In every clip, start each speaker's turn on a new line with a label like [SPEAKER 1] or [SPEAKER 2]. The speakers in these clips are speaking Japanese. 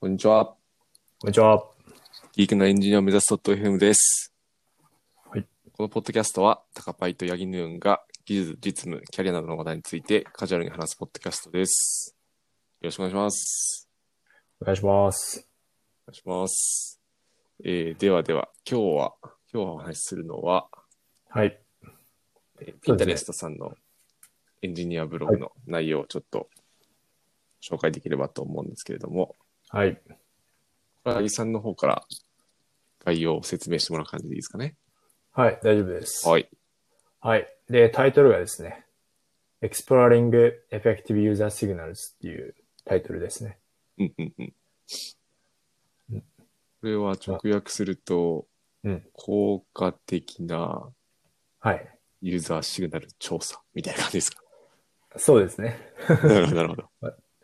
[SPEAKER 1] こんにちは。
[SPEAKER 2] こんにちは。
[SPEAKER 1] ギークなエンジニアを目指す .fm です。
[SPEAKER 2] はい。
[SPEAKER 1] このポッドキャストは、タカパイとヤギヌーンが技術、実務、キャリアなどの話題についてカジュアルに話すポッドキャストです。よろしくお願いします。
[SPEAKER 2] お願いします。
[SPEAKER 1] お願いします。えー、ではでは、今日は、今日お話しするのは、
[SPEAKER 2] はい。
[SPEAKER 1] えーピ
[SPEAKER 2] そ
[SPEAKER 1] ン
[SPEAKER 2] う
[SPEAKER 1] タ
[SPEAKER 2] ですね
[SPEAKER 1] レストさんのエンジニアブログの内容をちょっと紹介できればと思うんですけれども、
[SPEAKER 2] はい。
[SPEAKER 1] これは八木さんの方から概要を説明してもらう感じでいいですかね。
[SPEAKER 2] はい。大丈夫です。
[SPEAKER 1] はい。
[SPEAKER 2] はい。で、タイトルがですね、Exploring Effective User Signals っていうタイトルですね。
[SPEAKER 1] うんうんうん
[SPEAKER 2] うん。
[SPEAKER 1] これは直訳すると、
[SPEAKER 2] うん
[SPEAKER 1] 効果的な
[SPEAKER 2] はい。
[SPEAKER 1] ユーザーシグナル調査みたいな感じ ですか。
[SPEAKER 2] そうですね。
[SPEAKER 1] なるほど、なるほど。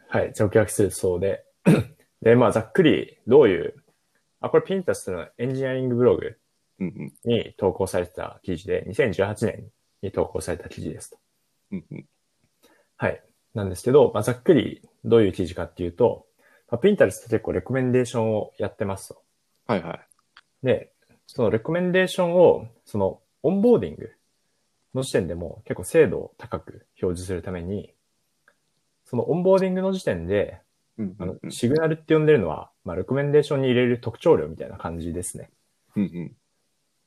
[SPEAKER 2] はい。直訳するそうで。 で、まあ、ざっくり、どういう、あ、これピンタスのエンジニアリングブログ
[SPEAKER 1] うんうん
[SPEAKER 2] に投稿されてた記事で、2018年に投稿された記事ですと。
[SPEAKER 1] うんうん
[SPEAKER 2] はい。なんですけど、まあ、ざっくりどういう記事かっていうと、まあ、ピンタレスって結構レコメンデーションをやってますと。
[SPEAKER 1] はいはい。
[SPEAKER 2] で、そのレコメンデーションを、そのオンボーディングの時点でも結構精度を高く表示するために、そのオンボーディングの時点で、
[SPEAKER 1] うんう
[SPEAKER 2] あ
[SPEAKER 1] ん
[SPEAKER 2] の
[SPEAKER 1] うん
[SPEAKER 2] シグナルって呼んでるのは、まあ、レコメンデーションに入れる特徴量みたいな感じですね。
[SPEAKER 1] うんうん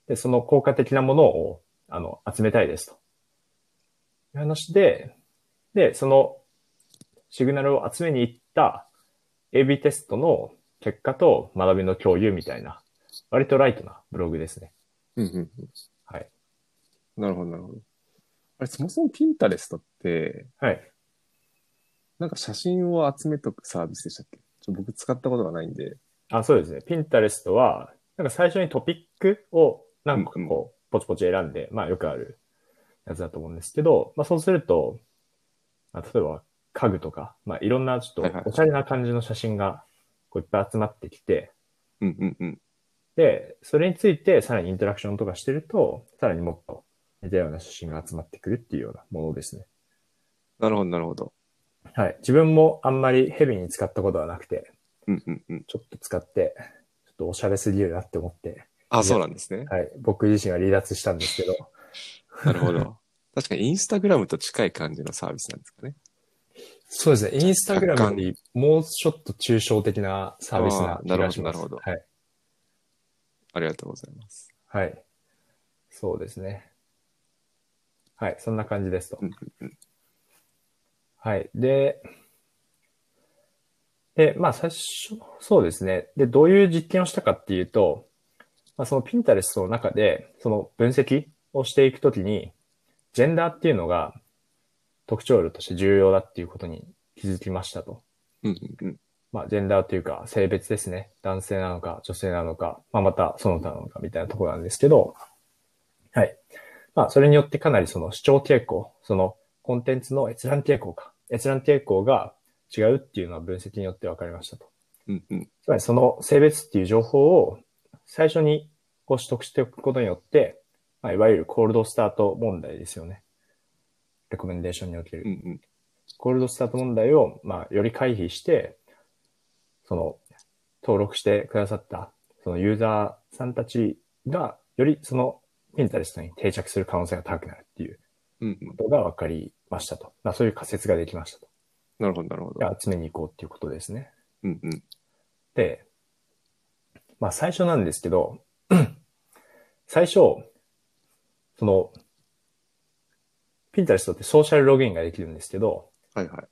[SPEAKER 2] で、その効果的なものを、あの、集めたいですと。いう話で、で、そのシグナルを集めに行った AB テストの結果と学びの共有みたいな、割とライトなブログですね。
[SPEAKER 1] うんうんうん
[SPEAKER 2] はい。
[SPEAKER 1] なるほど、なるほど。あれ、そもそもピンタレストって、
[SPEAKER 2] はい。
[SPEAKER 1] なんか写真を集めとくサービスでしたっけちょ僕使ったことがないんで。
[SPEAKER 2] あ、そうですね。ピンタレストは、なんか最初にトピックを何個か
[SPEAKER 1] うん
[SPEAKER 2] こう、ポチポチ選んで、まあよくあるやつだと思うんですけど、まあそうすると、まあ、例えば家具とか、まあいろんなちょ
[SPEAKER 1] は
[SPEAKER 2] っ
[SPEAKER 1] いはい
[SPEAKER 2] とおしゃれな感じの写真がこういっぱい集まってきて、
[SPEAKER 1] うんうんうん。
[SPEAKER 2] で、それについてさらにインタラクションとかしてると、さらにもっと似たような写真が集まってくるっていうようなものですね。
[SPEAKER 1] なるほど、なるほど。
[SPEAKER 2] はい。自分もあんまりヘビーに使ったことはなくて、
[SPEAKER 1] うんうんうん。
[SPEAKER 2] ちょっと使って、ちょっとおしゃれすぎるなって思って、
[SPEAKER 1] あ、そうなんですね。
[SPEAKER 2] はい。僕自身は離脱したんですけど。
[SPEAKER 1] なるほど。確かにインスタグラムと近い感じのサービスなんですかね。
[SPEAKER 2] そうですね。インスタグラムよりもうちょっと抽象的なサービスな気がし
[SPEAKER 1] あーなるほどな
[SPEAKER 2] ます。
[SPEAKER 1] るほど
[SPEAKER 2] はい。
[SPEAKER 1] ありがとうございます。
[SPEAKER 2] はい。そうですね。はい。そんな感じですと
[SPEAKER 1] うん。
[SPEAKER 2] はい。で、で、まあ最初、そうですね。で、どういう実験をしたかっていうと、まあそのピンタレストの中で、その分析をしていくときに、ジェンダーっていうのが特徴量として重要だっていうことに気づきましたと。
[SPEAKER 1] うんうんうん。
[SPEAKER 2] まあ、ジェンダーというか、性別ですね。男性なのか、女性なのか、まあ、またその他なのかみたいなところなんですけど、はい。まあ、それによってかなりその視聴傾向、そのコンテンツの閲覧傾向か、閲覧傾向が違うっていうのは分析によって分かりましたと。
[SPEAKER 1] うんうん。
[SPEAKER 2] つまりその性別っていう情報を最初にこう取得しておくことによって、まあ、いわゆるコールドスタート問題ですよね。レコメンデーションにおける
[SPEAKER 1] うん。うん。
[SPEAKER 2] ゴールドスタート問題を、まあ、より回避して、その、登録してくださった、そのユーザーさんたちが、よりその、ピンタレストに定着する可能性が高くなるっていう
[SPEAKER 1] うんうん。
[SPEAKER 2] ことが分かりましたと。まあ、そういう仮説ができましたと。
[SPEAKER 1] なるほど、なるほ
[SPEAKER 2] で
[SPEAKER 1] ど。
[SPEAKER 2] 集めに行こうっていうことですね。
[SPEAKER 1] うんうん。
[SPEAKER 2] で、まあ最初なんですけど、 最初、その、ピンタレストってソーシャルログインができるんですけど、
[SPEAKER 1] はいはい。
[SPEAKER 2] 例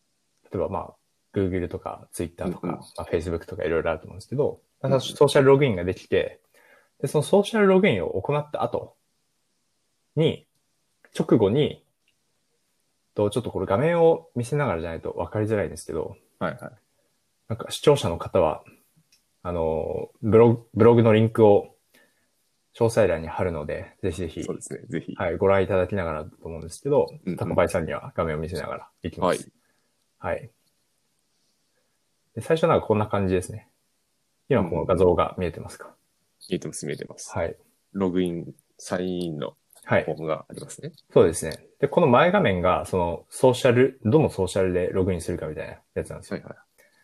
[SPEAKER 2] えばまあ、Google とか Twitter とか、
[SPEAKER 1] うんうん
[SPEAKER 2] まあ、Facebook とかいろいろあると思うんですけど、
[SPEAKER 1] ん
[SPEAKER 2] まあソーシャルログインができて、で、そのソーシャルログインを行った後に、直後に、と、ちょっとこれ画面を見せながらじゃないと分かりづらいんですけど、
[SPEAKER 1] はいはい。
[SPEAKER 2] なんか視聴者の方は、あの、ブログ、ブログのリンクを詳細欄に貼るので、ぜひぜひ
[SPEAKER 1] そう、ですね。ぜひ。
[SPEAKER 2] はい、ご覧いただきながらだと思うんですけど
[SPEAKER 1] うんうん、
[SPEAKER 2] タコパイさんには画面を見せながらいきます。はい。で最初なんかこんな感じですね。今この画像が見えてますか、
[SPEAKER 1] 見えてます、見えてます。
[SPEAKER 2] はい。
[SPEAKER 1] ログイン、サインインの
[SPEAKER 2] はい
[SPEAKER 1] フォ。ームがありますね。
[SPEAKER 2] そうですね。で、この前画面が、その、ソーシャル、どのソーシャルでログインするかみたいなやつなんですよ。
[SPEAKER 1] はいはい。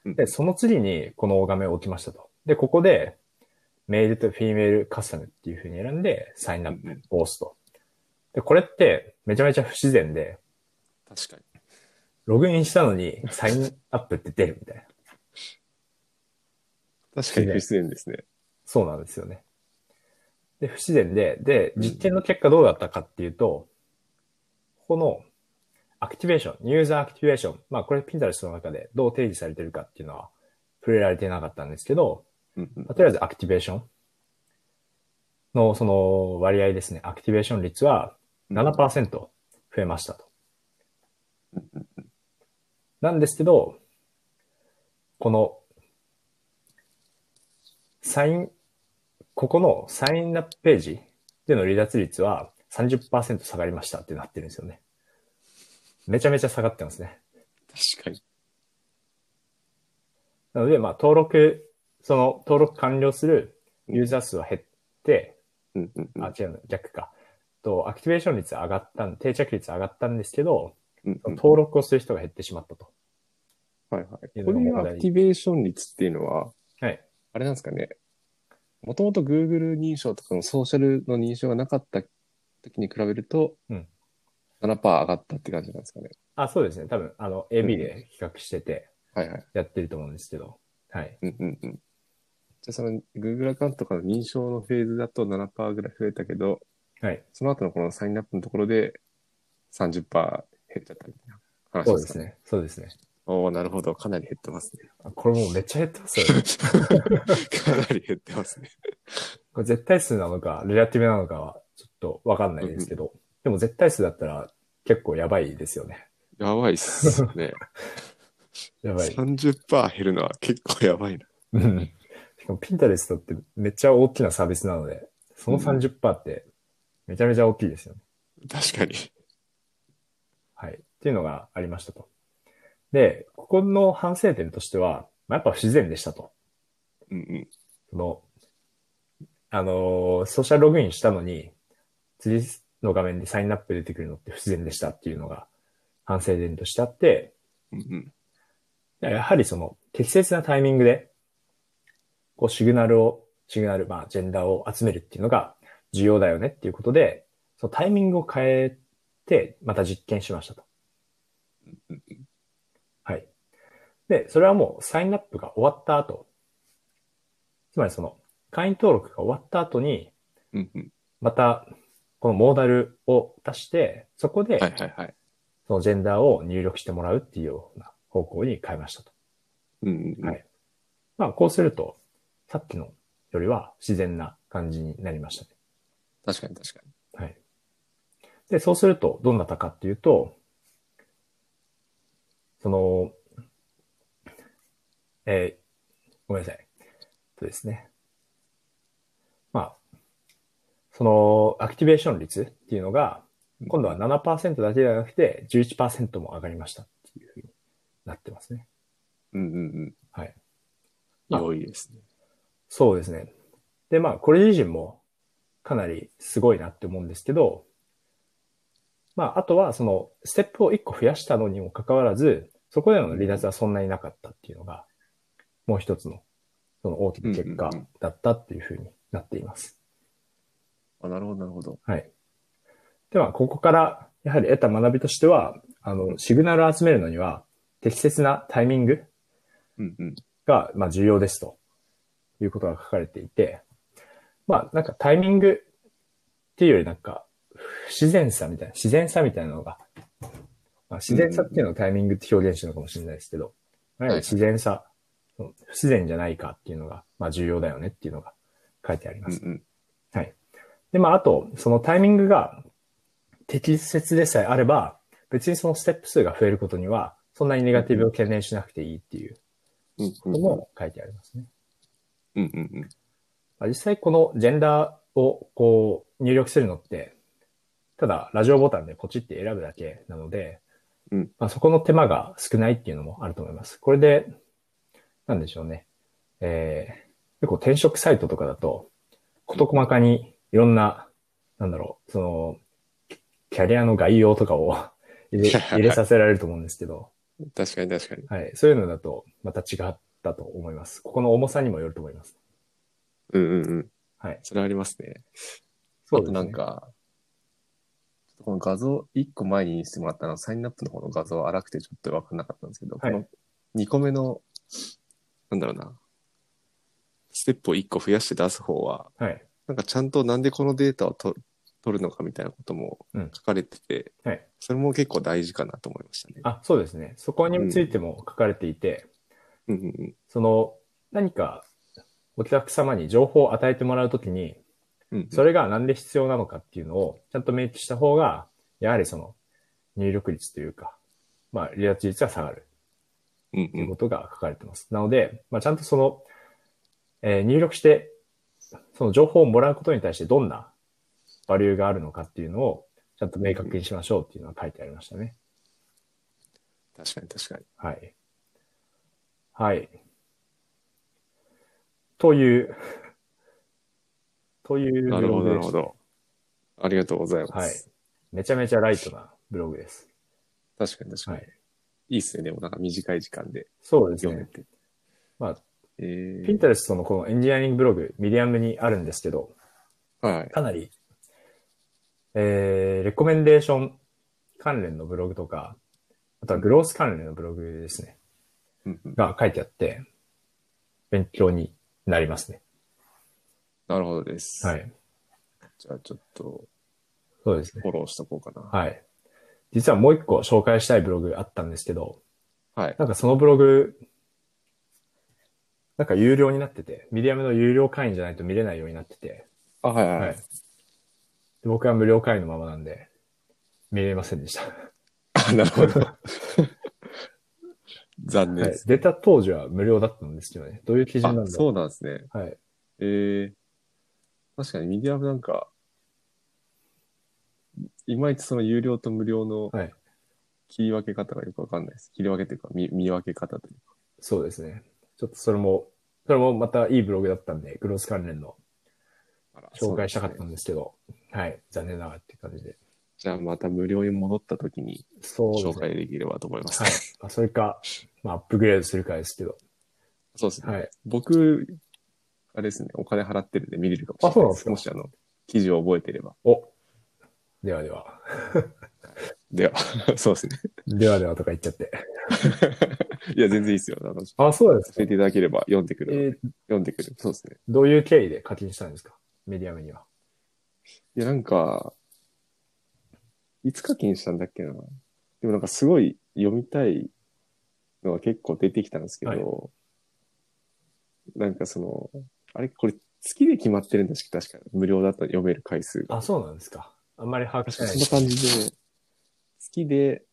[SPEAKER 1] うん
[SPEAKER 2] で、その次にこの大画面を置きましたと。で、ここで、メールとフィメールカスタムっていう風に選んで、サインアップを押すと。で、これってめちゃめちゃ不自然で、
[SPEAKER 1] 確かに。
[SPEAKER 2] ログインしたのにサインアップって出るみたいな。
[SPEAKER 1] 確かに不自然ですね。
[SPEAKER 2] そうなんですよね。で、不自然で、で、実験の結果どうだったかっていうと、ここのアクティベーション、ユーザーアクティベーション、まあこれ Pinterest の中でどう定義されてるかっていうのは触れられてなかったんですけど、
[SPEAKER 1] うんうん
[SPEAKER 2] まあとりあえずアクティベーションのその割合ですね、アクティベーション率は7%増えましたと。なんですけど、この、サイン、ここのサインアップページでの離脱率は30%下がりましたってなってるんですよね。めちゃめちゃ下がってますね。
[SPEAKER 1] 確かに。
[SPEAKER 2] なので、まあ、登録、その登録完了するユーザー数は減って、
[SPEAKER 1] うんうんうん
[SPEAKER 2] あ、違うの、逆か。と、アクティベーション率は上がったん、定着率は上がったんですけど、
[SPEAKER 1] うんうん
[SPEAKER 2] 登録をする人が減ってしまったと。
[SPEAKER 1] はいはい。
[SPEAKER 2] い
[SPEAKER 1] こ
[SPEAKER 2] う
[SPEAKER 1] れ
[SPEAKER 2] の
[SPEAKER 1] ア
[SPEAKER 2] が
[SPEAKER 1] クティベーション率っていうのは、
[SPEAKER 2] はい。
[SPEAKER 1] あれなんですかね。もともと Google 認証とかのソーシャルの認証がなかった時に比べると、
[SPEAKER 2] うん
[SPEAKER 1] 7%上がったって感じなんですかね。
[SPEAKER 2] あ、そうですね。多分、あの、AB で比較してて
[SPEAKER 1] はいはい。
[SPEAKER 2] やってると思うんですけど、はい。
[SPEAKER 1] うんうんうん。じゃあその Google アカウントからの認証のフェーズだと7%ぐらい増えたけど、
[SPEAKER 2] はい。
[SPEAKER 1] その後のこのサインアップのところで30%減っちゃったみたいな話
[SPEAKER 2] そう
[SPEAKER 1] で
[SPEAKER 2] です
[SPEAKER 1] か
[SPEAKER 2] すね。そうですね。
[SPEAKER 1] おおなるほど。かなり減ってますね。
[SPEAKER 2] あこれもうめっちゃ減ってますよ ね。
[SPEAKER 1] かなり減ってますね。
[SPEAKER 2] これ絶対数なのか、レラティブなのかは、ちょっとわかんないですけど、でも絶対数だったら結構やばいですよね。
[SPEAKER 1] やばいっす ね。
[SPEAKER 2] やばい。
[SPEAKER 1] 30%減るのは結構やばいな。
[SPEAKER 2] うん。しかも、ピンタレストってめっちゃ大きなサービスなので、その30%ってめちゃめちゃ大きいですよね。
[SPEAKER 1] 確かに。
[SPEAKER 2] はい。っていうのがありましたと。で、ここの反省点としては、まあ、やっぱ不自然でしたと。
[SPEAKER 1] うんうん。
[SPEAKER 2] その、あのーソーシャルログインしたのに、次の画面でサインアップ出てくるのって不自然でしたっていうのが反省点としてあって、
[SPEAKER 1] うんうん。
[SPEAKER 2] やはりその適切なタイミングで、こうシグナルを、シグナル、まあジェンダーを集めるっていうのが重要だよねっていうことで、そのタイミングを変えて、また実験しましたと。はい。で、それはもうサインアップが終わった後、つまりその会員登録が終わった後に、
[SPEAKER 1] うんうん。
[SPEAKER 2] またこのモーダルを出して、そこ
[SPEAKER 1] はい
[SPEAKER 2] で
[SPEAKER 1] はいはい。
[SPEAKER 2] そのジェンダーを入力してもらうっていうような方向に変えましたと。
[SPEAKER 1] うんうん。
[SPEAKER 2] はいまあ、こうすると、さっきのよりは自然な感じになりましたね。
[SPEAKER 1] 確かに確かに。
[SPEAKER 2] はい。で、そうすると、どうなったかっていうと、その、えーごめんなさい。とですね。まあ、その、アクティベーション率っていうのが、今度は7%だけじゃなくて11%も上がりましたっていうふうになってますね。
[SPEAKER 1] うんうん
[SPEAKER 2] はい。
[SPEAKER 1] うん。
[SPEAKER 2] まあ
[SPEAKER 1] 良いですね。
[SPEAKER 2] そうですね。で、まあ、これ自身もかなりすごいなって思うんですけど、まあ、あとは、その、ステップを1個増やしたのにもかかわらず、そこでの離脱はそんなになかったっていうのが、もう一つの、その大きな結果
[SPEAKER 1] うんうんうん
[SPEAKER 2] だったっていうふうになっています。
[SPEAKER 1] あ、なるほどなるほど。
[SPEAKER 2] はい。では、ここから、やはり得た学びとしては、あの、シグナルを集めるのには、適切なタイミング
[SPEAKER 1] うんうん。
[SPEAKER 2] が、まあ、重要ですということが書かれていて、まあ、なんかタイミングっていうよりなんか、不自然さみたいな、自然さみたいなのが、まあ、自然さっていうのをタイミングって表現してるのかもしれないですけど、なんか自然さ、不自然じゃないかっていうのが、まあ、重要だよねっていうのが書いてありま
[SPEAKER 1] うん
[SPEAKER 2] す。
[SPEAKER 1] うん。
[SPEAKER 2] はい。で、まあ、あと、そのタイミングが適切でさえあれば、別にそのステップ数が増えることには、そんなにネガティブを懸念しなくていいっていう
[SPEAKER 1] うんう
[SPEAKER 2] こ
[SPEAKER 1] ん
[SPEAKER 2] と
[SPEAKER 1] うん。
[SPEAKER 2] も書いてありますね。
[SPEAKER 1] うんうんうん。
[SPEAKER 2] まあ実際このジェンダーをこう入力するのって、ただラジオボタンでポチって選ぶだけなので、
[SPEAKER 1] うん
[SPEAKER 2] まあ、そこの手間が少ないっていうのもあると思います。これで、なんでしょうね。えー、結構転職サイトとかだと、事細かにいろんな、なんだろう、 その、キャリアの概要とかを入れ入れさせられると思うんですけど、
[SPEAKER 1] 確かに確かに。
[SPEAKER 2] はい。そういうのだと、また違ったと思います。ここの重さにもよると思います。
[SPEAKER 1] うんうんうん。
[SPEAKER 2] はい。
[SPEAKER 1] それありますね。
[SPEAKER 2] そう
[SPEAKER 1] あ
[SPEAKER 2] で
[SPEAKER 1] と
[SPEAKER 2] すね。
[SPEAKER 1] なんか、この画像、1個前に見せてもらったのは、サインアップの方の画像は荒くてちょっと分かんなかったんですけど、
[SPEAKER 2] はい
[SPEAKER 1] この2個目の、なんだろうな、ステップを1個増やして出す方は、
[SPEAKER 2] はい。
[SPEAKER 1] なんかちゃんとなんでこのデータをと取るのかみたいなことも
[SPEAKER 2] うん
[SPEAKER 1] 書かれてて、
[SPEAKER 2] はい
[SPEAKER 1] それも結構大事かなと思いましたね。
[SPEAKER 2] あ、そうですね。そこについても書かれていて、
[SPEAKER 1] うんうんうん
[SPEAKER 2] その、何かお客様に情報を与えてもらうときに、
[SPEAKER 1] うんうん。
[SPEAKER 2] それがなんで必要なのかっていうのをちゃんと明記した方が、やはりその入力率というか、まあ、離脱率が下がる
[SPEAKER 1] うん
[SPEAKER 2] と
[SPEAKER 1] う
[SPEAKER 2] いうんことが書かれてます。なので、まあ、ちゃんとその、えー入力して、その情報をもらうことに対してどんなバリューがあるのかっていうのを、ちゃんと明確にしましょうっていうのは書いてありましたね。
[SPEAKER 1] 確かに確かに。
[SPEAKER 2] はい。はい。という、 という
[SPEAKER 1] な
[SPEAKER 2] ブ
[SPEAKER 1] る
[SPEAKER 2] ロ
[SPEAKER 1] ほ
[SPEAKER 2] グ
[SPEAKER 1] ど、な
[SPEAKER 2] で
[SPEAKER 1] る
[SPEAKER 2] し
[SPEAKER 1] ほ
[SPEAKER 2] た。
[SPEAKER 1] ど。ありがとうございます。
[SPEAKER 2] はい。めちゃめちゃライトなブログです。
[SPEAKER 1] 確かに確かに。
[SPEAKER 2] はい
[SPEAKER 1] い、。いですね。でもなんか短い時間で
[SPEAKER 2] そうです
[SPEAKER 1] 読め
[SPEAKER 2] ね。
[SPEAKER 1] て。
[SPEAKER 2] まあ、
[SPEAKER 1] えー
[SPEAKER 2] ピンタレストのこのエンジニアリングブログ、ミディアムにあるんですけど、
[SPEAKER 1] はい。
[SPEAKER 2] かなり、えー、レコメンデーション関連のブログとか、あとはグロース関連のブログですね、
[SPEAKER 1] うんうん
[SPEAKER 2] が書いてあって、勉強になりますね。
[SPEAKER 1] なるほどです。
[SPEAKER 2] は。い。
[SPEAKER 1] じゃあちょっと
[SPEAKER 2] そうですね
[SPEAKER 1] フ。ォローしとこうかな。
[SPEAKER 2] はい。実はもう一個紹介したいブログあったんですけど、
[SPEAKER 1] はい。
[SPEAKER 2] なんかそのブログ、なんか有料になってて、ミディアムの有料会員じゃないと見れないようになってて、
[SPEAKER 1] あ、はいはい。
[SPEAKER 2] はい。で僕は無料会員のままなんで、見れませんでした。
[SPEAKER 1] あ、なるほ ど。残念
[SPEAKER 2] は
[SPEAKER 1] で
[SPEAKER 2] い
[SPEAKER 1] す。
[SPEAKER 2] 出た当時は無料だったんですけどね。どういう基準なんだ
[SPEAKER 1] あ、
[SPEAKER 2] ろう。
[SPEAKER 1] そうなんですね。
[SPEAKER 2] はい。
[SPEAKER 1] ええ確かにミディアムなんか、いまいちその有料と無料の
[SPEAKER 2] はい
[SPEAKER 1] 切り分け方がよくわかんないです。切り分けというか、見見分け方というか。
[SPEAKER 2] そうですね。ちょっとそれも、それもまたいいブログだったんで、グロース関連の
[SPEAKER 1] あら
[SPEAKER 2] 紹介したかっ
[SPEAKER 1] そ
[SPEAKER 2] た
[SPEAKER 1] うん
[SPEAKER 2] ですけど、はい。残念ながらって感じで。
[SPEAKER 1] ですねじゃあまた無料に戻った時に
[SPEAKER 2] そうですね。
[SPEAKER 1] 紹介できればと思います。
[SPEAKER 2] はい。まあ、それか、まあ、アップグレードするかですけど。
[SPEAKER 1] そうですね。
[SPEAKER 2] はい。
[SPEAKER 1] 僕、あれですね、お金払ってるんで見れるかもしれない
[SPEAKER 2] あそうなんですか
[SPEAKER 1] もしあの、記事を覚えてれば。
[SPEAKER 2] お。ではでは。
[SPEAKER 1] では、 そうですね。
[SPEAKER 2] ではではとか言っちゃって。
[SPEAKER 1] いや、全然いいですよ。あの、教
[SPEAKER 2] あ、そうなんですか
[SPEAKER 1] え。ていただければ読んでく
[SPEAKER 2] え
[SPEAKER 1] る。
[SPEAKER 2] ー
[SPEAKER 1] 読んでくる。そうですね。
[SPEAKER 2] どういう経緯で課金したんですかメディアムには。
[SPEAKER 1] いや、なんか、いつ課金したんだっけな。でもなんかすごい読みたいのは結構出てきたんですけど、
[SPEAKER 2] はい
[SPEAKER 1] なんかその、あれ、これ月で決まってるんだし、確か無料だと読める回数が。
[SPEAKER 2] あ、そうなんですか。あんまり把握し
[SPEAKER 1] 確
[SPEAKER 2] て
[SPEAKER 1] かそ
[SPEAKER 2] ない
[SPEAKER 1] んな感じで、月で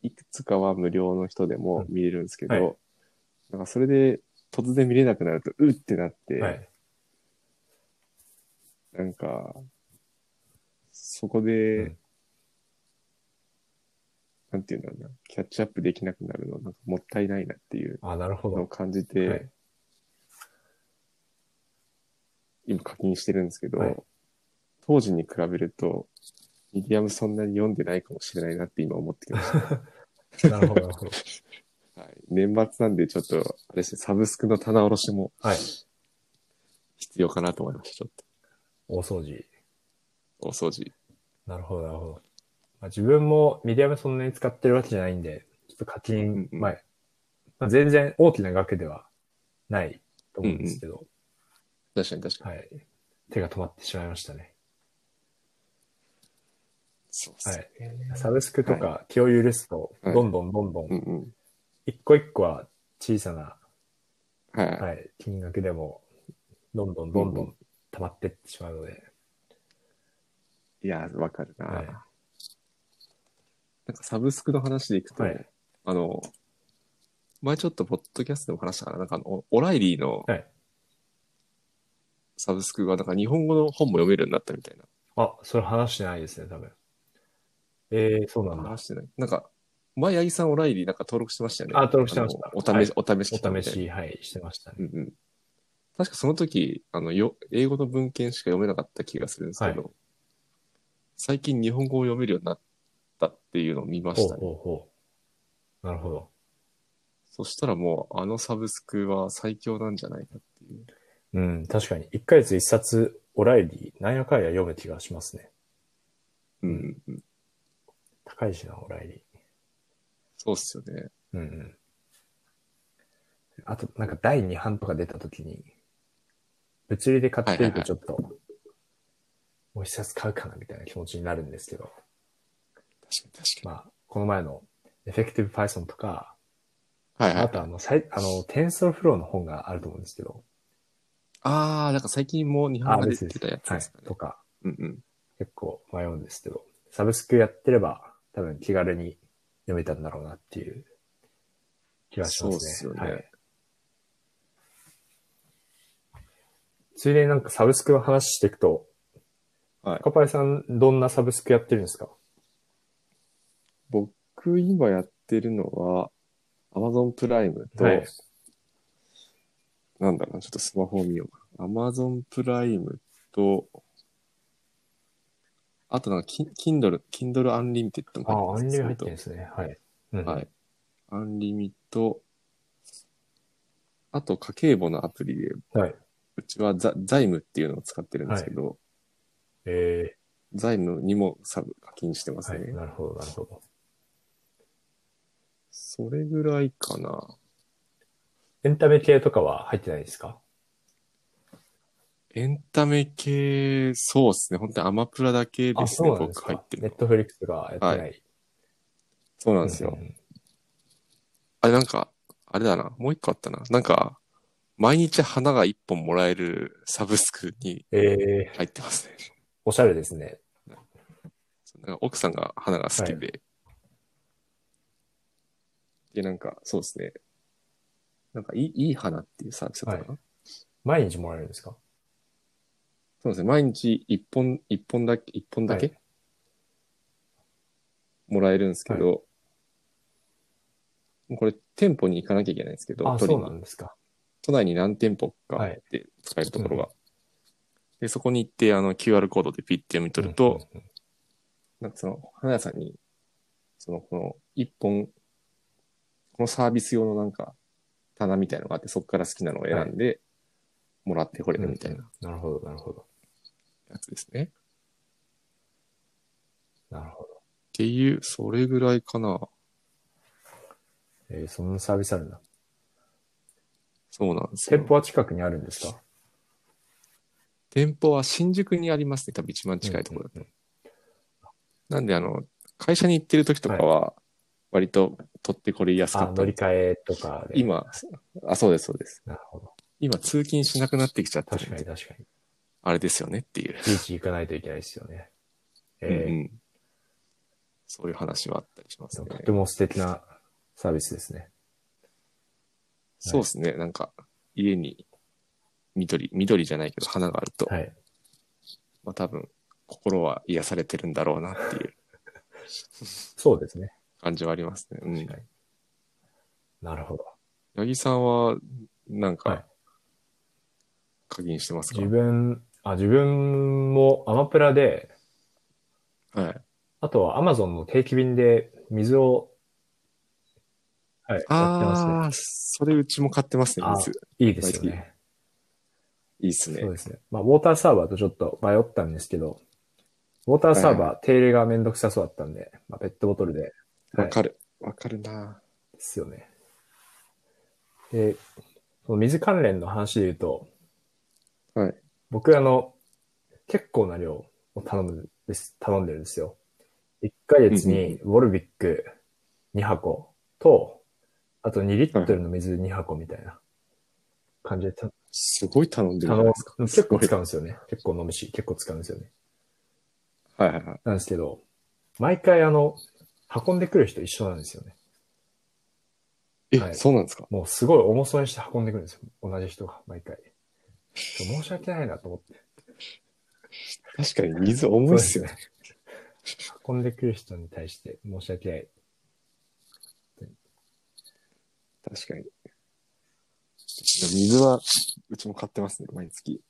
[SPEAKER 1] いくつかは無料の人でも見れるんですけど、
[SPEAKER 2] うんは
[SPEAKER 1] なんかそれで突然見れなくなると、うってなって、
[SPEAKER 2] はい。
[SPEAKER 1] なんか、そこ
[SPEAKER 2] う
[SPEAKER 1] で
[SPEAKER 2] ん、
[SPEAKER 1] なんていうんだろうな、キャッチアップできなくなるの、なんかもったいないなっていう
[SPEAKER 2] あ、なるほ
[SPEAKER 1] のを
[SPEAKER 2] ど。
[SPEAKER 1] 感じ
[SPEAKER 2] は
[SPEAKER 1] て
[SPEAKER 2] い、
[SPEAKER 1] 今課金してるんですけど、
[SPEAKER 2] はい
[SPEAKER 1] 当時に比べると、ミディアムそんなに読んでないかもしれないなって今思ってきました。
[SPEAKER 2] なるほど、なるほど。
[SPEAKER 1] はい、年末なんでちょっと、あれですね、サブスクの棚卸しも
[SPEAKER 2] はい。
[SPEAKER 1] 必要かなと思いました、ちょっ
[SPEAKER 2] 大掃除。
[SPEAKER 1] と。お掃除。
[SPEAKER 2] なるほど、なるほど。まあ、自分もミディアムそんなに使ってるわけじゃないんで、ちょっと課金
[SPEAKER 1] うんうん
[SPEAKER 2] 前、まあ、全然大きな額ではないと思うんですけど、
[SPEAKER 1] 確かに確かに。
[SPEAKER 2] はい。手が止まってしまいましたね。
[SPEAKER 1] そうですね。
[SPEAKER 2] サブスクとか気を許すと、
[SPEAKER 1] はい
[SPEAKER 2] どんどんどんど
[SPEAKER 1] うん
[SPEAKER 2] ん、
[SPEAKER 1] うん。
[SPEAKER 2] 一個一個は小さな、
[SPEAKER 1] はい。
[SPEAKER 2] はい、金額でも、どんどんどんど
[SPEAKER 1] うん
[SPEAKER 2] 溜まってってしまうので、
[SPEAKER 1] い、や、わかるな、
[SPEAKER 2] はい
[SPEAKER 1] なんかサブスクの話でいくと、
[SPEAKER 2] はい
[SPEAKER 1] あの、前ちょっとポッドキャストでも話したかな。なんかあの、オライリーの
[SPEAKER 2] はい
[SPEAKER 1] サブスクがなんか日本語の本も読めるようになったみたいな。
[SPEAKER 2] あ、それ話してないですね、多分。えー、そうなんだ。
[SPEAKER 1] 話してない。なんか、前八木さんオライリーなんか登録してましたよね。
[SPEAKER 2] あ登録してました
[SPEAKER 1] あのお試し、お試し期間
[SPEAKER 2] お
[SPEAKER 1] みた
[SPEAKER 2] 試
[SPEAKER 1] いな。
[SPEAKER 2] し、はい、してましたね。
[SPEAKER 1] うんうん。確かその時、あの、よ、英語の文献しか読めなかった気がするんですけど、最近日本語を読めるようになったっていうのを見ましたね。
[SPEAKER 2] ほうほうほう。なるほど。
[SPEAKER 1] そしたらもう、あのサブスクは最強なんじゃないかっていう。
[SPEAKER 2] うん、確かに。1ヶ月1冊、オライリー、なんやかんや読む気がしますね。
[SPEAKER 1] うん。うん、
[SPEAKER 2] 高いしな、オライリー。
[SPEAKER 1] そうっすよね。
[SPEAKER 2] うんうん。あと、なんか第2版とか出たときに、物理で買ってるとちょっと、もう一冊買うかなみたいな気持ちになるんですけど、
[SPEAKER 1] 確かに確か
[SPEAKER 2] まあ、この前のエフェクティブ Python とか、
[SPEAKER 1] に。はいは
[SPEAKER 2] あ
[SPEAKER 1] い。
[SPEAKER 2] とあの、さいあの、テンソルフローの本があると思うんですけど、
[SPEAKER 1] あー、なんか最近もう日
[SPEAKER 2] あ
[SPEAKER 1] 本が出て
[SPEAKER 2] 別です
[SPEAKER 1] たやつ
[SPEAKER 2] は
[SPEAKER 1] で
[SPEAKER 2] い
[SPEAKER 1] すか、ね。
[SPEAKER 2] とか、
[SPEAKER 1] うんうん。
[SPEAKER 2] 結構迷うんですけど、サブスクやってれば多分気軽に読めたんだろうなっていう気がしますね。
[SPEAKER 1] そうっすよね
[SPEAKER 2] はい。ついでになんかサブスクの話していくと、
[SPEAKER 1] はい
[SPEAKER 2] カパイさんどんなサブスクやってるんですか
[SPEAKER 1] 僕今やってるのは、Amazon プライムと、
[SPEAKER 2] はい
[SPEAKER 1] なんだろうな、ちょっとスマホを見ようかな。Amazon プライムと、あとなんか、キン Kindle、Kindle Unlimited も
[SPEAKER 2] ああ、ア
[SPEAKER 1] 入
[SPEAKER 2] ン
[SPEAKER 1] ってます
[SPEAKER 2] リュ入ってるんですね。はい。うん
[SPEAKER 1] はい。。アンリミと、あと、家計簿のアプリで、
[SPEAKER 2] はい。
[SPEAKER 1] うちはザ財務っていうのを使ってるんですけど、
[SPEAKER 2] え
[SPEAKER 1] 財務にもサブ課金してま
[SPEAKER 2] ー
[SPEAKER 1] す
[SPEAKER 2] は
[SPEAKER 1] ね。
[SPEAKER 2] い。なるほど、なるほど。
[SPEAKER 1] それぐらいかな。
[SPEAKER 2] エンタメ系とかは入ってないですか
[SPEAKER 1] エンタメ系、そうですね。本当にアマプラだけ
[SPEAKER 2] あ、
[SPEAKER 1] です
[SPEAKER 2] そ
[SPEAKER 1] ね、
[SPEAKER 2] うなんです
[SPEAKER 1] 僕入
[SPEAKER 2] か
[SPEAKER 1] っ。て
[SPEAKER 2] ネ
[SPEAKER 1] る
[SPEAKER 2] ッ。トフリックスがやってない。
[SPEAKER 1] はそうなんですよ。
[SPEAKER 2] うん
[SPEAKER 1] あれなんか、あれだな。もう一個あったな。なんか、毎日花が一本もらえるサブスクに
[SPEAKER 2] えー、
[SPEAKER 1] 入ってますね。
[SPEAKER 2] おしゃれですね。
[SPEAKER 1] なんか奥さんが花が好きで。で、なんか、そうですね。なんかいい、いい花っていうサービスだったかな。
[SPEAKER 2] 毎日もらえるんですか
[SPEAKER 1] そうですね。毎日一本、一本だけ、一本だけ、
[SPEAKER 2] は
[SPEAKER 1] もらえるんですけど、もうこれ店舗に行かなきゃいけないんですけど、
[SPEAKER 2] あ、
[SPEAKER 1] 取り
[SPEAKER 2] そう
[SPEAKER 1] に
[SPEAKER 2] なんですか。
[SPEAKER 1] 都内に何店舗か
[SPEAKER 2] は
[SPEAKER 1] あ
[SPEAKER 2] い
[SPEAKER 1] って使えるところが。で、そこに行って、あの、QR コードでピッて読み取ると、
[SPEAKER 2] うんうん
[SPEAKER 1] なんかその、花屋さんに、その、この、一本、このサービス用のなんか、棚みたいのがあって、そこから好きなのを選んで、もらってこれ
[SPEAKER 2] うん、
[SPEAKER 1] るみたいな
[SPEAKER 2] なるほど、なるほど。
[SPEAKER 1] やつですね。っ
[SPEAKER 2] なるほど。
[SPEAKER 1] ていう、それぐらいかな。
[SPEAKER 2] えーそんなサービスあるんだ。
[SPEAKER 1] そうなんですよ。
[SPEAKER 2] 店舗は近くにあるんですか
[SPEAKER 1] 店舗は新宿にありますね。多分一番近いところだと。
[SPEAKER 2] うんうん
[SPEAKER 1] なんで、あの、会社に行ってる時とかは、割と取ってこれ安か
[SPEAKER 2] あ、
[SPEAKER 1] った
[SPEAKER 2] 乗
[SPEAKER 1] り。
[SPEAKER 2] り換えとかで。。
[SPEAKER 1] 今、あ、そうです、そうです。
[SPEAKER 2] なるほど。
[SPEAKER 1] 今、通勤しなくなってきちゃった
[SPEAKER 2] 確かに確かに。
[SPEAKER 1] あれですよねっていう。
[SPEAKER 2] ビーチ行かないといけないですよね。え
[SPEAKER 1] うんう
[SPEAKER 2] ー
[SPEAKER 1] んそういう話はあったりしますね。
[SPEAKER 2] とても素敵なサービスですね。
[SPEAKER 1] そうですね。なんか、家に緑、緑じゃないけど花があると、
[SPEAKER 2] はい。
[SPEAKER 1] まあ多分、心は癒されてるんだろうなっていう
[SPEAKER 2] そうですね。
[SPEAKER 1] 感じはありますね。う
[SPEAKER 2] 確
[SPEAKER 1] ん
[SPEAKER 2] か。に。なるほど。
[SPEAKER 1] 八木さんは、なん
[SPEAKER 2] はい
[SPEAKER 1] か、課金してますか、
[SPEAKER 2] 自
[SPEAKER 1] はい、
[SPEAKER 2] 分、あ、自分もアマプラで、あとは Amazon の定期便で水を、はい、やってますね
[SPEAKER 1] あ。あ、それうちも買ってますね、
[SPEAKER 2] あ
[SPEAKER 1] 水。
[SPEAKER 2] いいですよね。
[SPEAKER 1] いいっすね
[SPEAKER 2] そう。ですね。まあ、ウォーターサーバーとちょっと迷ったんですけど、ウォーターサーバー、手入れがめんどくさそうだったんで、まあ、ペットボトルで。
[SPEAKER 1] わ
[SPEAKER 2] る。
[SPEAKER 1] かる。わかるな
[SPEAKER 2] ですよね。で、その水関連の話で言うと、
[SPEAKER 1] はい。
[SPEAKER 2] 僕あの、結構な量を頼むんです、頼んでるんですよ。1ヶ月にウォルビック2箱と、あと2リットルの水2箱みたいな感じでた、
[SPEAKER 1] すごい頼んでるじゃ
[SPEAKER 2] 頼
[SPEAKER 1] ない
[SPEAKER 2] む
[SPEAKER 1] ですか。
[SPEAKER 2] 結構使うんですよね。結構飲むし、結構使うんですよね。
[SPEAKER 1] はいはいはい。
[SPEAKER 2] なんですけど、毎回あの、運んでくる人一緒なんですよね。
[SPEAKER 1] え、
[SPEAKER 2] はい
[SPEAKER 1] そうなんですか
[SPEAKER 2] もうすごい重そうにして運んでくるんですよ。同じ人が、毎回。ちょ申し訳ないなと思って。
[SPEAKER 1] 確かに水重いっすよね。
[SPEAKER 2] 運んでくる人に対して申し訳ない。
[SPEAKER 1] 確かに。水は、うちも買ってますね、毎月。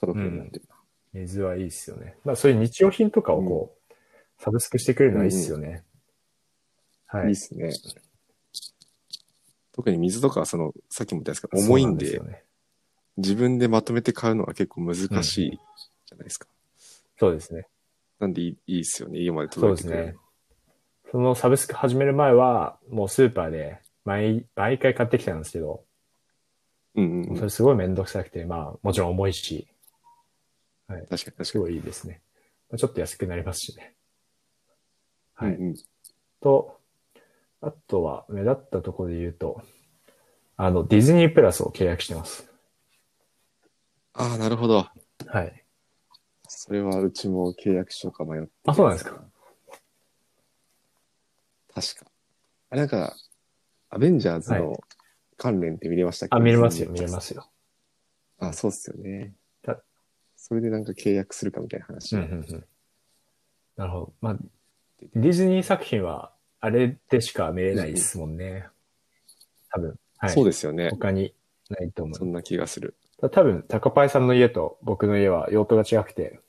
[SPEAKER 1] 届くようになってるな。
[SPEAKER 2] 水はいいっすよね。まあそういう日用品とかをこう、サブスクしてくれるのはいいっすよね。
[SPEAKER 1] いい
[SPEAKER 2] は
[SPEAKER 1] っ
[SPEAKER 2] い。
[SPEAKER 1] すね。特に水とかはその、さっきも言ったんですけど、重いんで、
[SPEAKER 2] そうなですよね
[SPEAKER 1] 自分でまとめて買うのは結構難しいじゃないですか。
[SPEAKER 2] そうですね。
[SPEAKER 1] なんでいいいいですよね、家まで
[SPEAKER 2] そう
[SPEAKER 1] 届い
[SPEAKER 2] です
[SPEAKER 1] てくれる。
[SPEAKER 2] ね。そのサブスク始める前は、もうスーパーで毎、毎回買ってきたんですけど、
[SPEAKER 1] うんうんう
[SPEAKER 2] そ
[SPEAKER 1] ん。
[SPEAKER 2] れすごいめんどくさくて、まあ、もちろん重いし、
[SPEAKER 1] 確かに確
[SPEAKER 2] す
[SPEAKER 1] か
[SPEAKER 2] ごいいいですね。まあちょっと安くなりますしね。は
[SPEAKER 1] に。
[SPEAKER 2] い。
[SPEAKER 1] うんうん
[SPEAKER 2] と、あとは、目立ったところで言うと、あの、ディズニープラスを契約してます。
[SPEAKER 1] ああ、なるほど。
[SPEAKER 2] はい。
[SPEAKER 1] それはうちも契約しようか迷って。
[SPEAKER 2] あ、そうなんですか。
[SPEAKER 1] 確か。あなんか、アベンジャーズ
[SPEAKER 2] は
[SPEAKER 1] の関連って見れましたっけ、。
[SPEAKER 2] あ、見れますよ、見れますすよ。
[SPEAKER 1] あ、そうっすよね
[SPEAKER 2] た。
[SPEAKER 1] それでなんか契約するかみたいな話。
[SPEAKER 2] うんうんうん。なるほど。まあ、ディズニー作品は、あれでしか見れないですもんね。多分。はい。
[SPEAKER 1] そうですよね。
[SPEAKER 2] 他にないと思
[SPEAKER 1] そんな気がする。
[SPEAKER 2] う。多分、高パイさんの家と僕の家は用途が違くて、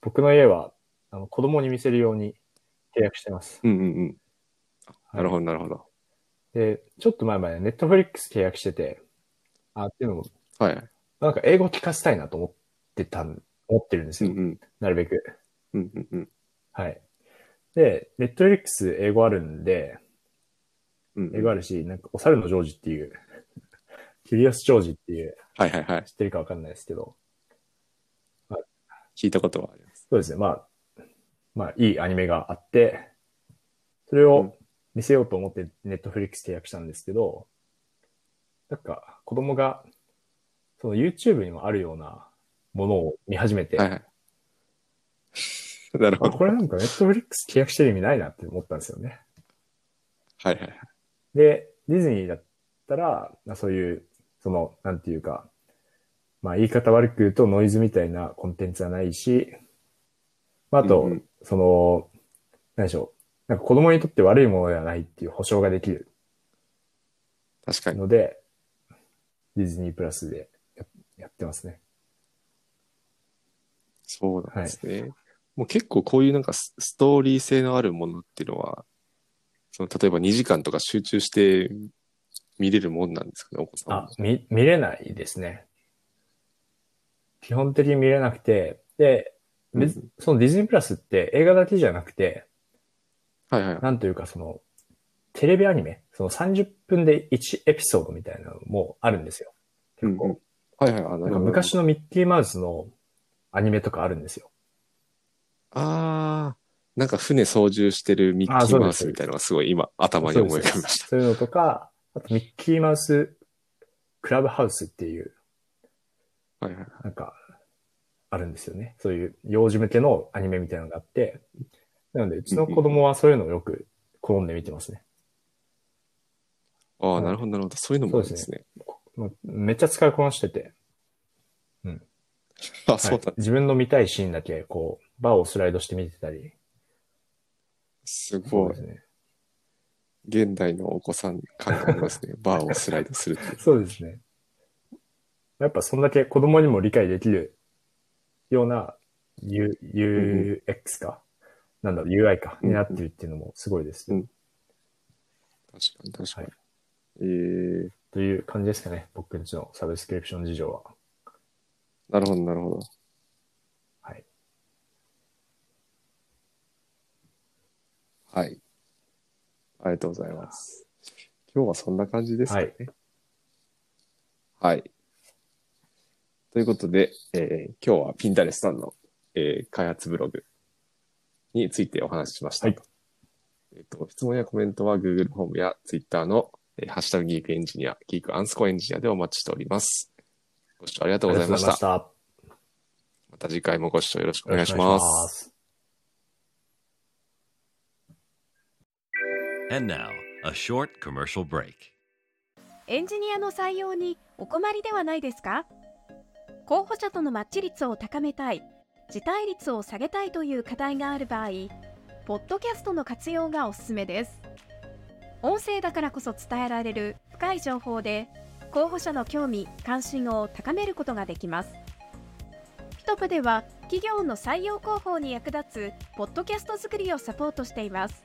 [SPEAKER 2] 僕の家は、あの、子供に見せるように契約してます。
[SPEAKER 1] うんうんうん。なるほど、なるほど。
[SPEAKER 2] で、ちょっと前までネットフリックス契約してて、あ、っていうのも、
[SPEAKER 1] はい。
[SPEAKER 2] なんか英語聞かせたいなと思ってたん、思ってるんです
[SPEAKER 1] うん
[SPEAKER 2] よ。
[SPEAKER 1] うん。
[SPEAKER 2] なるべく。
[SPEAKER 1] うんうんうん。
[SPEAKER 2] はい。で、ネットフリックス英語あるんで、
[SPEAKER 1] うんう
[SPEAKER 2] 英
[SPEAKER 1] ん
[SPEAKER 2] 語あるし、なんかお猿のジョージっていう、 キュリアスジョージっていう、
[SPEAKER 1] はいはいはい。
[SPEAKER 2] 知ってるかわかんないですけど、
[SPEAKER 1] 聞いたことはあります。
[SPEAKER 2] そうですね。まあ、まあ、いいアニメがあって、それを見せようと思ってネットフリックス契約したんですけど、なんか、子供が、その YouTube にもあるようなものを見始めて、
[SPEAKER 1] はいはい。 なるほ
[SPEAKER 2] あ
[SPEAKER 1] ど。
[SPEAKER 2] これなんかネットフリックス契約してる意味ないなって思ったんですよね。
[SPEAKER 1] はいはいはい。
[SPEAKER 2] で、ディズニーだったら、まあそういう、その、なんていうか、まあ言い方悪く言うとノイズみたいなコンテンツはないし、まああと、
[SPEAKER 1] うんうん
[SPEAKER 2] その、何でしょう。なんか子供にとって悪いものではないっていう保証ができる
[SPEAKER 1] 確かに。
[SPEAKER 2] ので、ディズニープラスでややってますね。
[SPEAKER 1] そうなんですね。もう結構こういうなんかスストーリー性のあるものっていうのは、その例えば2時間とか集中して見れるもんなんですかね、お子さん
[SPEAKER 2] あ
[SPEAKER 1] は。、
[SPEAKER 2] 見、見れないですね。基本的に見れなくて、で、別
[SPEAKER 1] う
[SPEAKER 2] そのディズニープラスって映画だけじゃなくて、
[SPEAKER 1] はいはい。
[SPEAKER 2] なんというかその、テレビアニメ、その30分で1エピソードみたいなのもあるんですよ。結構。
[SPEAKER 1] うんうんはいはい。あ、な
[SPEAKER 2] なん
[SPEAKER 1] る
[SPEAKER 2] か
[SPEAKER 1] ほど。
[SPEAKER 2] 昔のミッキーマウスのアニメとかあるんですよ。
[SPEAKER 1] ああ、なんか船操縦してるミッ
[SPEAKER 2] あ
[SPEAKER 1] キ
[SPEAKER 2] そ
[SPEAKER 1] ー
[SPEAKER 2] うです
[SPEAKER 1] マウスみたいなのがすごい今頭に思い浮かびました。
[SPEAKER 2] そういうのとか、あとミッキーマウスクラブハウスっていう、
[SPEAKER 1] はいはい。
[SPEAKER 2] なんか、あるんですよね。そういう幼児向けのアニメみたいなのがあって。なので、うちの子供はそういうのをよく好んで見てますね。
[SPEAKER 1] ああ、なるほどなるほど。そういうのもあるんですね。
[SPEAKER 2] まあめっちゃ使いこなしてて。
[SPEAKER 1] あ、そう
[SPEAKER 2] は
[SPEAKER 1] だ
[SPEAKER 2] い。自分の見たいシーンだけ、こう、バーをスライドして見てたり。
[SPEAKER 1] す
[SPEAKER 2] そう
[SPEAKER 1] ごい
[SPEAKER 2] で。すね。
[SPEAKER 1] 現代のお子さん感覚ですね。バーをスライドするって。
[SPEAKER 2] そうですね。やっぱそんだけ子供にも理解できるような U、UX か、なんだろう、UI か、
[SPEAKER 1] うん
[SPEAKER 2] になってるっていうのもすごいです、
[SPEAKER 1] うん確かに確かに。
[SPEAKER 2] は
[SPEAKER 1] ええー、
[SPEAKER 2] という感じですかね。僕んちのサブスクリプション事情は。
[SPEAKER 1] なるほどなるほど。
[SPEAKER 2] はい。
[SPEAKER 1] はい。ありがとうございます。今日はそんな感じですかね。はい。ということで、えー今日はピンタレスさんの、えー開発ブログについてお話ししました。
[SPEAKER 2] はい
[SPEAKER 1] えっと質問やコメントは Google フォームや Twitter の、えーハッシュタグギークエンジニア、ギークアンスコエンジニアでお待ちしております。ご視聴ありがとうございました。ま
[SPEAKER 2] あ
[SPEAKER 1] た次回もご視聴よろしくお
[SPEAKER 2] り
[SPEAKER 1] 願
[SPEAKER 2] が
[SPEAKER 1] い
[SPEAKER 2] と
[SPEAKER 1] し
[SPEAKER 2] うございま
[SPEAKER 1] ま
[SPEAKER 2] した。
[SPEAKER 1] す。
[SPEAKER 2] す。
[SPEAKER 3] And now, a short commercial break.
[SPEAKER 4] エンジニアの採用にお困りではないですか候補者とのマッチ率を高めたい、辞退率を下げたいという課題がある場合、ポッドキャストの活用がおすすめです。音声だからこそ伝えられる深い情報で、候補者の興味・関心を高めることができます。ピトプでは企業の採用広報に役立つポッドキャスト作りをサポートしています。